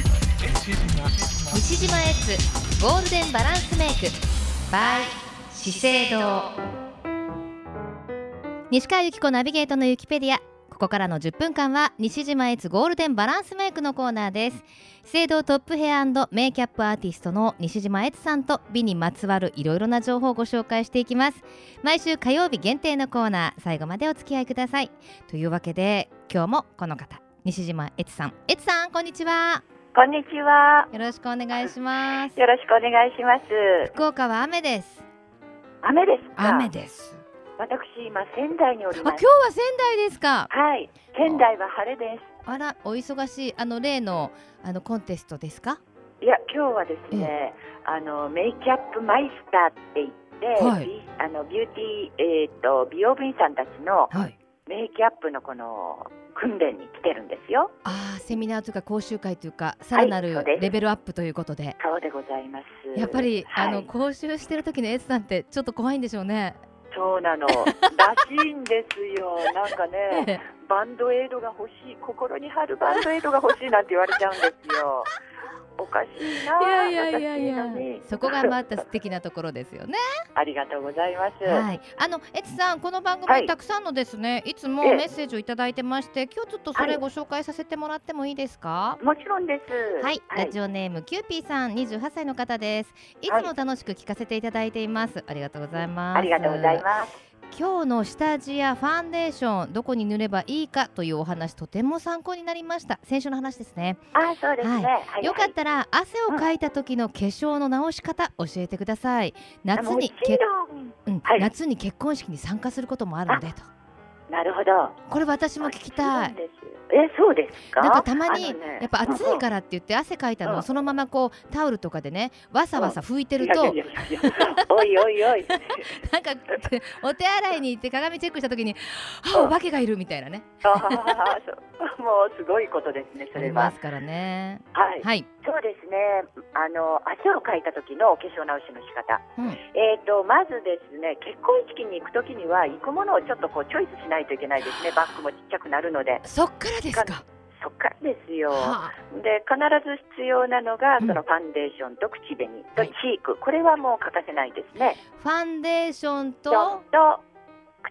西島西島エッツゴールデンバランスメイク by 資生堂西川由紀子ナビゲートのユキペディアここからの10分間は西島エッツゴールデンバランスメイクのコーナーです資生堂トップヘアメイキャップアーティストの西島エツさんと美にまつわるいろいろな情報をご紹介していきます毎週火曜日限定のコーナー最後までお付き合いくださいというわけで今日もこの方西島エツさんエツさんこんにちはこんにちは。よろしくお願いしますよろしくお願いします。福岡は雨です雨ですか。雨です私今仙台におりあ今ま日す。は仙台ですかはい。仙台は晴れであらお忙しいあの例のあのコンテストですかす。いや今日はですね、あのメイキャップマイスターって言って、はいビあのビューティーえっ、と美容部員さんたちのはいメイキャップのこの訓練に来てるんですよ。あーセミナーというか講習会というかさらなそうるですレベルアップということで、そうでございます。やっぱり、はいあの講習してる時のエツさんってちょっと怖いんでしょうね。そ うなのらしいんですよ。なんかね。バンドエイドが欲しい心に貼るバンドエイドが欲しいなんて言われちゃうんです よ。おかしいなあいやいやいやい私やのにそこがまた素敵なところですよね。ありがとうございます。はい、あのエツさんこの番は組いたくさんのですね、い、つもええメッセージをいただいてまして今日ちょっとそはれいご紹介させてもらってもいいですか。もちろんです。はい、はいラジオネームキューピーさん、28歳の方です。いつも楽しく聞かせていただいています。ありがとうございます。ありがとうございます。今日の下地やファンデーションどこに塗ればいいかというお話とても参考になりました先週の話ですね、あ、そうですね。はいはいはいよかったら汗をかいた時の化粧の直し方教えてください夏もにちけ、ろん。うんはい夏に結婚式に参加することもあるのでとなるほど。これ私も聞きたいもちろんですえ、そうですか。なんかたまにあのね。やっぱ暑いかららって言って汗かいたのうをんそのままこうタオルとかでねわさわさ拭いているやいやといやいやおいおいおい。なんか お手洗いに行って鏡チェックした時にあうんお化けがいるみたいなねああ、そうもうすごいことですね。あそりれまは。すからねはい。はい、そうですね。あの汗をかいた時のお化粧直しの仕方。うんえー、とまずですね結婚式に行くときには行くものをちょっとこうチョイスしないといけないですねバッグもちっちゃくなるのでそっからですか。そっからですよはで必ず必要なのがうんそのファンデーションと口紅はといチーク、これはもう欠かせないですねあファンデーションちょとっと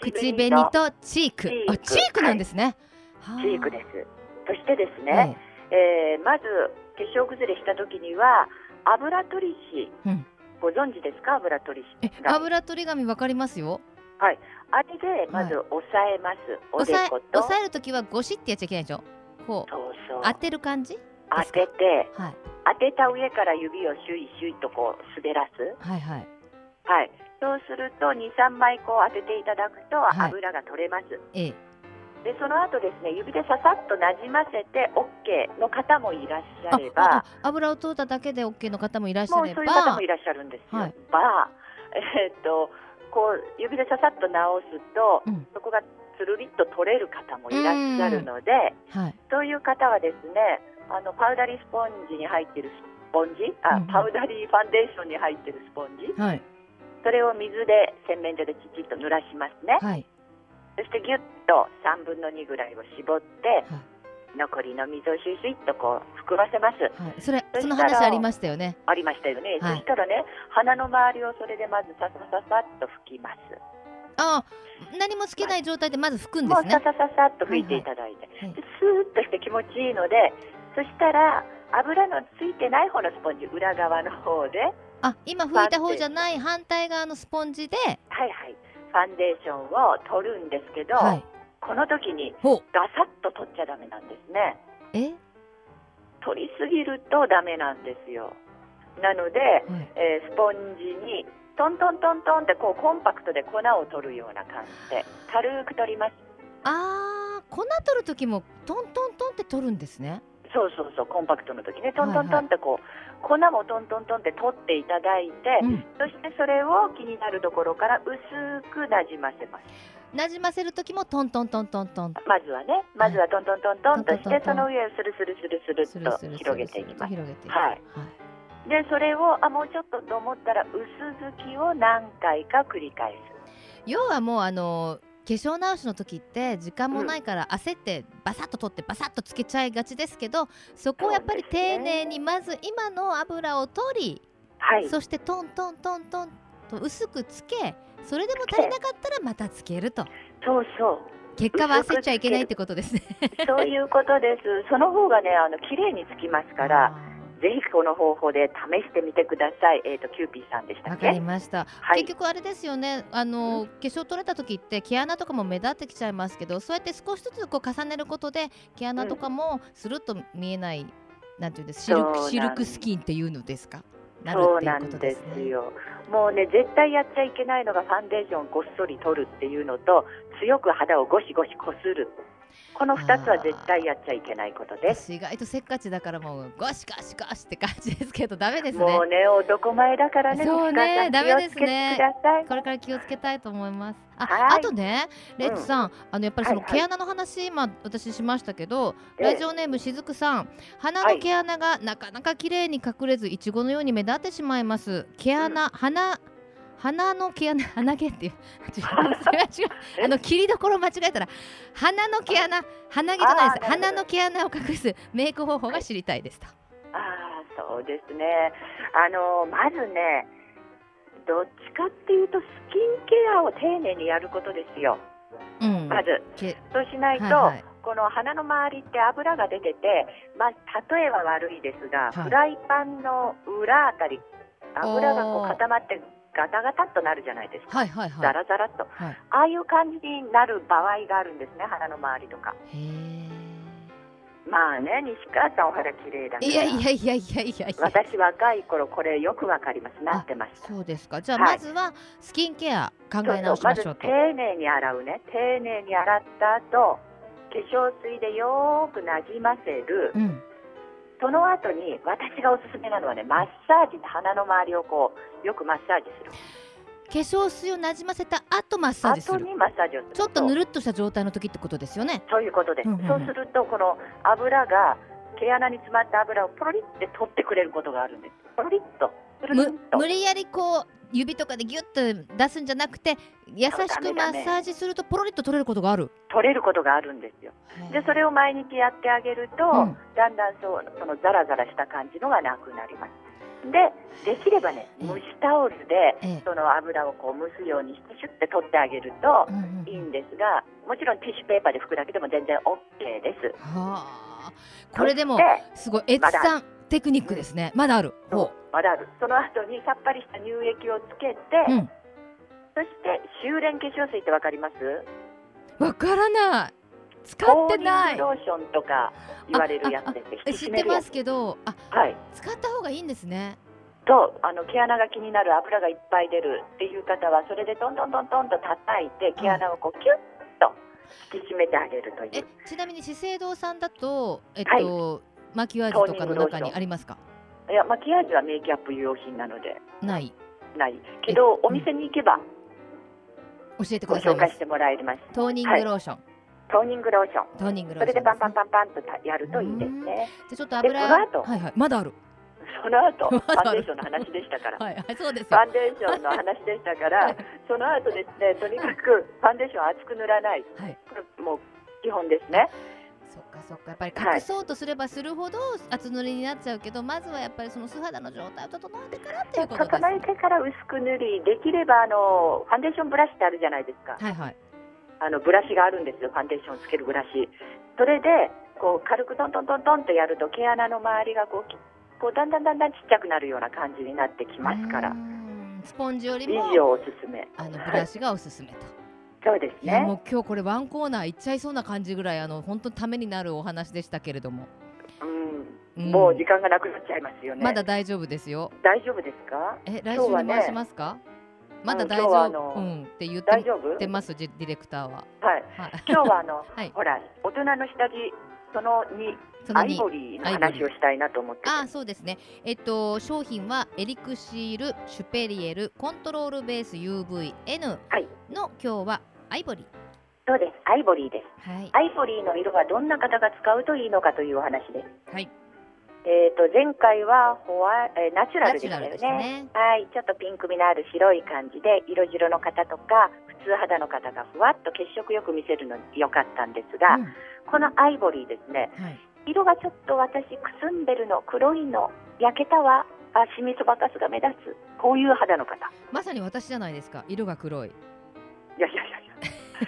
口口紅紅ととチークチ。ークあ、チークなんですね。はあチークですそしてですね、えええーまず化粧崩れしたときには油取り紙、うんご存知ですか油取りえ紙、油取り紙わかりますよ。あれでまず押さえます、おで押さえこ、と押さえるときはゴシってやっちゃいけないでしょ。こうそうそう当てる感じ。当ててはい、当てた上から指をシュイシュイとこう滑らす、はい、はい。はい、そうすると23枚こう当てていただくとはい油が取れます、ええ、でその後ですね指でささっとなじませて OK の方もいらっしゃあれ、ばあ油を取っただけで OK の方もいらっしもゃうれそういう方ばもい。らっしゃるんですよ、はいばえーっとこう指でささっと直すと、うんそこがつるりと取れる方もいらっしゃるのではい。そういう方はですねあのパウダリースポンジに入ってるスポンジあ、うんうんパウダリーファンデーションに入ってるスポンジはい。それを水で洗面所でちちっと濡らしますね、はい。そしてギュッと3分の2ぐらいを絞って、は残りの水をシュイシュイっとこう膨らせますはい。それ、そしたらその話ありましたよね。ありましたよね、はいそしたらね鼻の周りをそれでまずささささっと拭きますああ、何もつけない状態でまず拭くんでもすうさね。さささっと拭いていただいて、はいはいでスーッとして気持ちいいのでそしたら油のついてない方のスポンジ裏側の方であ、今拭いた方じゃない反対側のスポンジで。はいはいファンデーションを取るんですけど、はい。この時にほう。ガサッと取っちゃダメなんですねえ。取りすぎるとダメなんですよなので、はい。えースポンジにトントントントンってこうコンパクトで粉を取るような感じで軽く取りますあー粉取る時もトントントンって取るんですねそうそうそうコンパクトの時ねはトいンはトいントンってこう、粉もトントントンって取っていただいて、うんそしてそれを気になるところから薄くなじませますなじませる時もトントントントントンまずはねまずはトントントントンとして、はいその上をスルスルスルスルすっるとする広げていきます広げていくはいでそれをあもうちょっとと思ったら薄付きを何回か繰り返す要はもうあのー粧直しの時って時間もないから焦ってバサッと取ってバサッとつけちゃいがちですけどそこをやっぱりそうですね丁寧にまず今の油を取りはいそしてトントントントンと薄くつけそれでも足りなかったらまたつけるとそうそう結果は焦っちゃいけないってことですね。そういうことですその方がねあの綺麗につきますから ぜひこの方法で試してみてくださいえっ、とキューピーさんであしーたわっかりけました、はい結局あれですよねあの化粧取れた時って毛穴とかも目立ってきちゃいますけどそうやって少しずつこう重ねることで毛穴とかもスルッと見えない、なんていうんですシルそうなんクシルクスキンっていうのですかなるそうっていなうことでんですすね。よもうね絶対やっちゃいけないのがファンデーションごっそり取るっていうのと強く肌をゴシゴシこするこの2つは絶対やっちゃいけないことです私意外とせっかちだからもうゴシゴシゴシって感じですけどダメですねもうね男前だからねそうね西川さんダメですね気をつけてくださいこれから気をつけたいと思います。あ、はいあとね、レッツさん、あのやっぱりそのはいは毛い穴の話、今私しましたけど、ええラジオネームしずくさん、鼻の毛穴がなかなか綺麗に隠れず、いちごのように目立ってしまいます。毛穴、鼻。鼻の毛穴、 鼻毛 っていう。違う、それは違う。あの切りどころ間違えたら、鼻の毛穴、鼻毛じゃないです。あーなるほど鼻の毛穴を隠すメイク方法が知りたいですと。ああそうですねあのまずねどっちかっていうとスキンケアを丁寧にやることですようん。まずけそうしないと、はいこの鼻の周りって油が出てて、まあ、例えば悪いですはが、いフライパンの裏あたり油がこおーう固まってガタガタっとなるじゃないですか、はい、はいはいはい。ザラザラっとはい。ああいう感じになる場合があるんですね鼻の周りとかへえ。まあね西川さんお肌綺麗だからいやいやいやいやいやいや。私若い頃これよくわかりますなってましたそうですか。じゃあはまいずはスキンケア考そうえそ直うしままずしょ丁うと。寧に洗うね丁寧に洗った後化粧水でよーくなじませるうん。その後に私がおすすめなのはねマッサージ鼻の周りをこうよくマッサージする化粧水をなじませた後マッサージす後る。にマッサージをするちょっとぬるっとした状態の時ってことですよね。そういうことです、うんうんうんそうするとこの油が毛穴に詰まった油をポロリって取ってくれることがあるんですポロリっとプルルむンと無理やりこう指とかでギュッと出すんじゃなくて優しくマッサージするとポロリと取れることがある。取れることがあるんですよでそれを毎日やってあげると、うんだんだんそうそのザラザラした感じのがなくなりますでできればねええ蒸しタオルでええその油をこう蒸すようにしてシュッて取ってあげるとうんうんいいんですがもちろんティッシュペーパーで拭くだけでも全然 OK ですはあ。これでもそすごいエツさんテクニックですね。まだある。してそうほまだあるその後にさっぱりした乳液をつけて、う。うん。そして修練化粧水ってわかりますわからない。使っコーてリなングい。ローションとか言われるやつです知ってますすけど、あはい使った方がいいんですね。とあの毛穴が気になる油がいっぱい出るっていう方はそれでどんどんどんどんと叩いて毛穴をこうキュッと引き締めてあげるといえうちなみに資生堂さんだと、えっとマキュアージュとかの中にありますかいやマキアージュはメイキャップ用品なのでないないけどお店に行けば教えてくごださい紹ま介すしてもらえますトーニングローション、トーニングローショントーニングロそーショれンでパンパンパンパンとやるといいですねでちょっと油でその後はいはいまだあるその後フ まだァンデーションの話でしたからはいはいそうですファンデーションの話でしたからその後ですねとにかくファンデーション厚く塗らないはいこれもう基本ですねそっかそっかやっぱりはい隠そうとすればするほど厚塗りになっちゃうけど、まずはやっぱりその素肌の状態を整えてからっていうことです整えてから薄く塗りできればあのファンデーションブラシってあるじゃないですかはいはいあのブラシがあるんですよファンデーションつけるブラシそれでこう軽くトントントントンとやると毛穴の周りがこうきこうだんだんだんだんちっちゃくなるような感じになってきますかうーらんスポンジより以も上おすすめあのブはラい、シがおすすめとそうですいやねもう今日これワンコーナーいっちゃいそうな感じぐらいあの本当にためになるお話でしたけれども、うんんもう時間がなくなっちゃいますよねまだ大丈夫ですよ大丈夫ですかえ来今週日にはね回しますか、まだ大今日はあ丈の夫、うんって言って大言丈夫ってますじディレクターは はいはい今日はあの、はいほら大人の下着その2そのアイ2ボリーの話をしたいなと思っててあそうですねえっと商品はエリクシールシュペリエルコントロールベース UVN はいの今日はアイボリーそうですアイボリーですはいアイボリーの色はどんな方が使うといいのかというお話です。はいえー、と前回はホワ、えーナチュラルでしたよナチュラルでしたねねはいちょっとピンク味のある白い感じで色白の方とか普通肌の方がふわっと血色よく見せるのに良かったんですが、うんこのアイボリーですねはい、色がちょっと私くすんでるの黒いの焼けたわあシミそばかすが目立つこういう肌の方まさに私じゃないですか色が黒いいやいやいやいや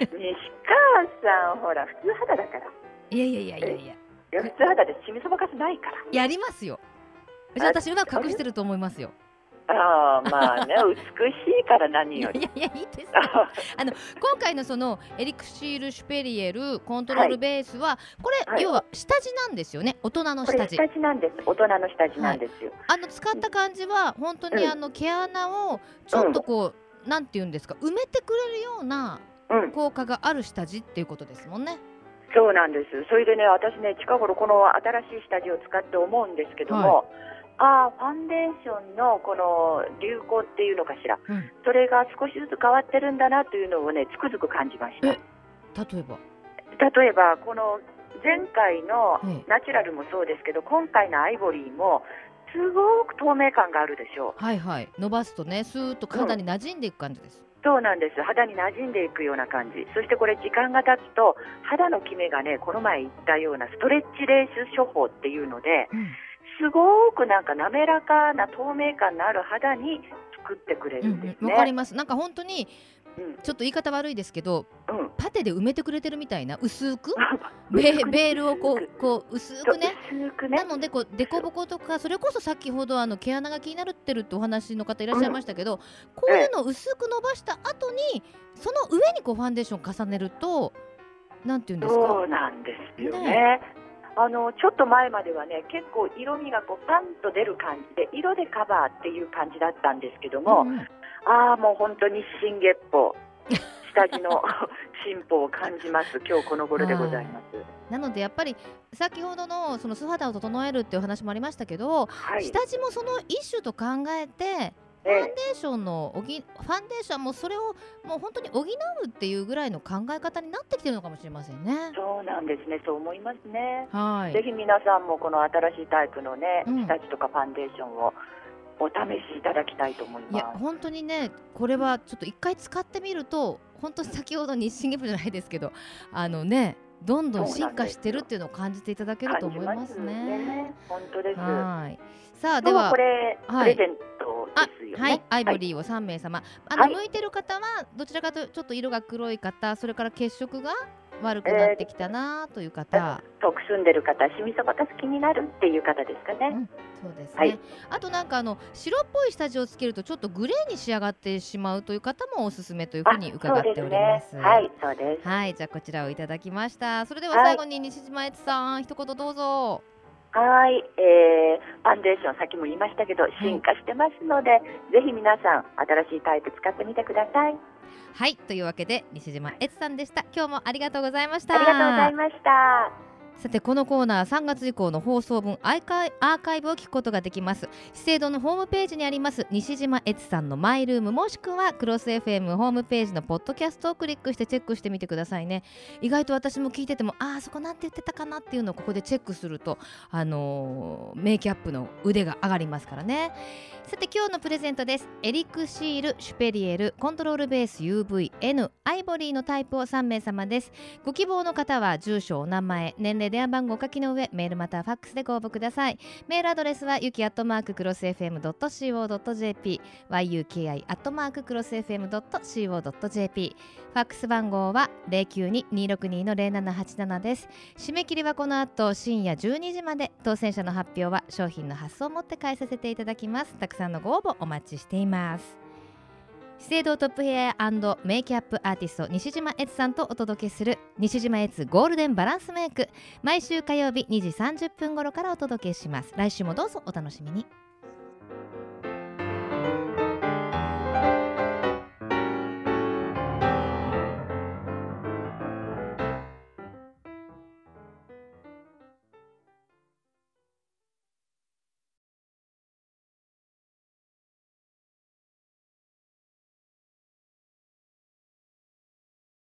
西川さんほら普通肌だからいやいやいやいやいやいや普通肌でシミそばかすないからやりますよじゃあ私うまく隠してると思いますよああま あね美しいから何いよやりいやいやいいですよあの今回のそのエリクシール・シュペリエルコントロールベースは、これ、はい要は下地なんですよね大人のこれ下地下地なんです大人の下地なんですよ、あの使った感じは本当にうんあの毛穴をちょっとこう、なんて言うんですか埋めてくれるようなうん効果がある下地っていうことですもんね。そうなんですそれでね私ね近頃この新しい下地を使って思うんですけども、ああファンデーションのこの流行っていうのかしら、うんそれが少しずつ変わってるんだなというのをねつくづく感じましたえ例えば、例えばこの前回のええナチュラルもそうですけど今回のアイボリーもすごく透明感があるでしょうはいはい伸ばすとねスーッと体に馴染んでいく感じです。そうなんです肌に馴染んでいくような感じそしてこれ時間が経つと肌のキメがねこの前言ったようなストレッチレース処方っていうのでうんすごくなんか滑らかな透明感のある肌に作ってくれうるんんですうん、ねわかりますなんか本当にうんちょっと言い方悪いですけどうんパテで埋めてくれてるみたいな薄く ベ薄くベールをこうこう薄くね薄くねなのでこう凸凹とかそれこそ先ほどあの毛穴が気になるってるってお話の方いらっしゃいましたけど、こういうのを薄く伸ばした後にその上にこうファンデーション重ねるとなんて言うんですそかうなんですよね。ねあのちょっと前まではね結構色味がこうパンと出る感じで色でカバーっていう感じだったんですけども、うんうんああもう本当に新月歩下地 の進歩を感じます今日この頃でございます。なのでやっぱり先ほどのその素肌を整えるっていうお話もありましたけど、はい、下地もその一種と考えてファンデえーションのおぎファンデーションはもうそれをもう本当に補うっていうぐらいの考え方になってきてるのかもしれませんね。そうなんですねそう思いますね。はぜい。ひ皆さんもこの新しいタイプのね、うん下地とかファンデーションをお試しいただきたいと思いいまやす。本当にねこれはちょっと一回使ってみると本当に先ほど日進月歩じゃないですけどあのねどんどん進化してるっていうのを感じていただけると思いますね。感じますね本当です。はい。さあででははこれ、はいプレゼントですよね。はい、アイボはいリーを3名様、あはのい向いてる方はどちらかというとちょっと色が黒い方それから血色が悪くなってきたなという方、得住んでる方、シミそばかす気になるっていう方ですかね。そうですね、はいあとなんかあの白っぽい下地をつけるとちょっとグレーに仕上がってしまうという方もおすすめというふうに伺っておりますそうですね。はい、そうです。はいじゃあこちらをいただきましたそれでははい最後に西島悦さん、一言どうぞはい、えー、ファンデーション、さっきも言いましたけど、進化してますので、ぜひ皆さん、新しいタイプ使ってみてください。はいというわけで西島悦さんでした今日もありがとうございましたありがとうございました。さてこのコーナー3月以降の放送分アイカイアーカイブを聞くことができます資生堂のホームページにあります西島悦さんのマイルームもしくはクロス FM ホームページのポッドキャストをクリックしてチェックしてみてくださいね意外と私も聞いててもああそこなんて言ってたかなっていうのをここでチェックするとあのーメイキャップの腕が上がりますからねさて今日のプレゼントですエリクシールシュペリエルコントロールベース UVN アイボリーのタイプを3名様ですご希望の方は住所お名前年齢電話番号をお書きの上メールまたはファックスでご応募くださいメールアドレスはゆきアットマーククロス FM.co.jp yuki アットマーククロス FM.co.jp ファックス番号は092-262-0787です締め切りはこの後深夜12時まで当選者の発表は商品の発送をもって返させていただきますたくさんのご応募お待ちしています資生堂トップヘアメイキャップアーティスト西島悦さんとお届けする西島悦ゴールデンバランスメイク毎週火曜日2時30分頃からお届けします来週もどうぞお楽しみに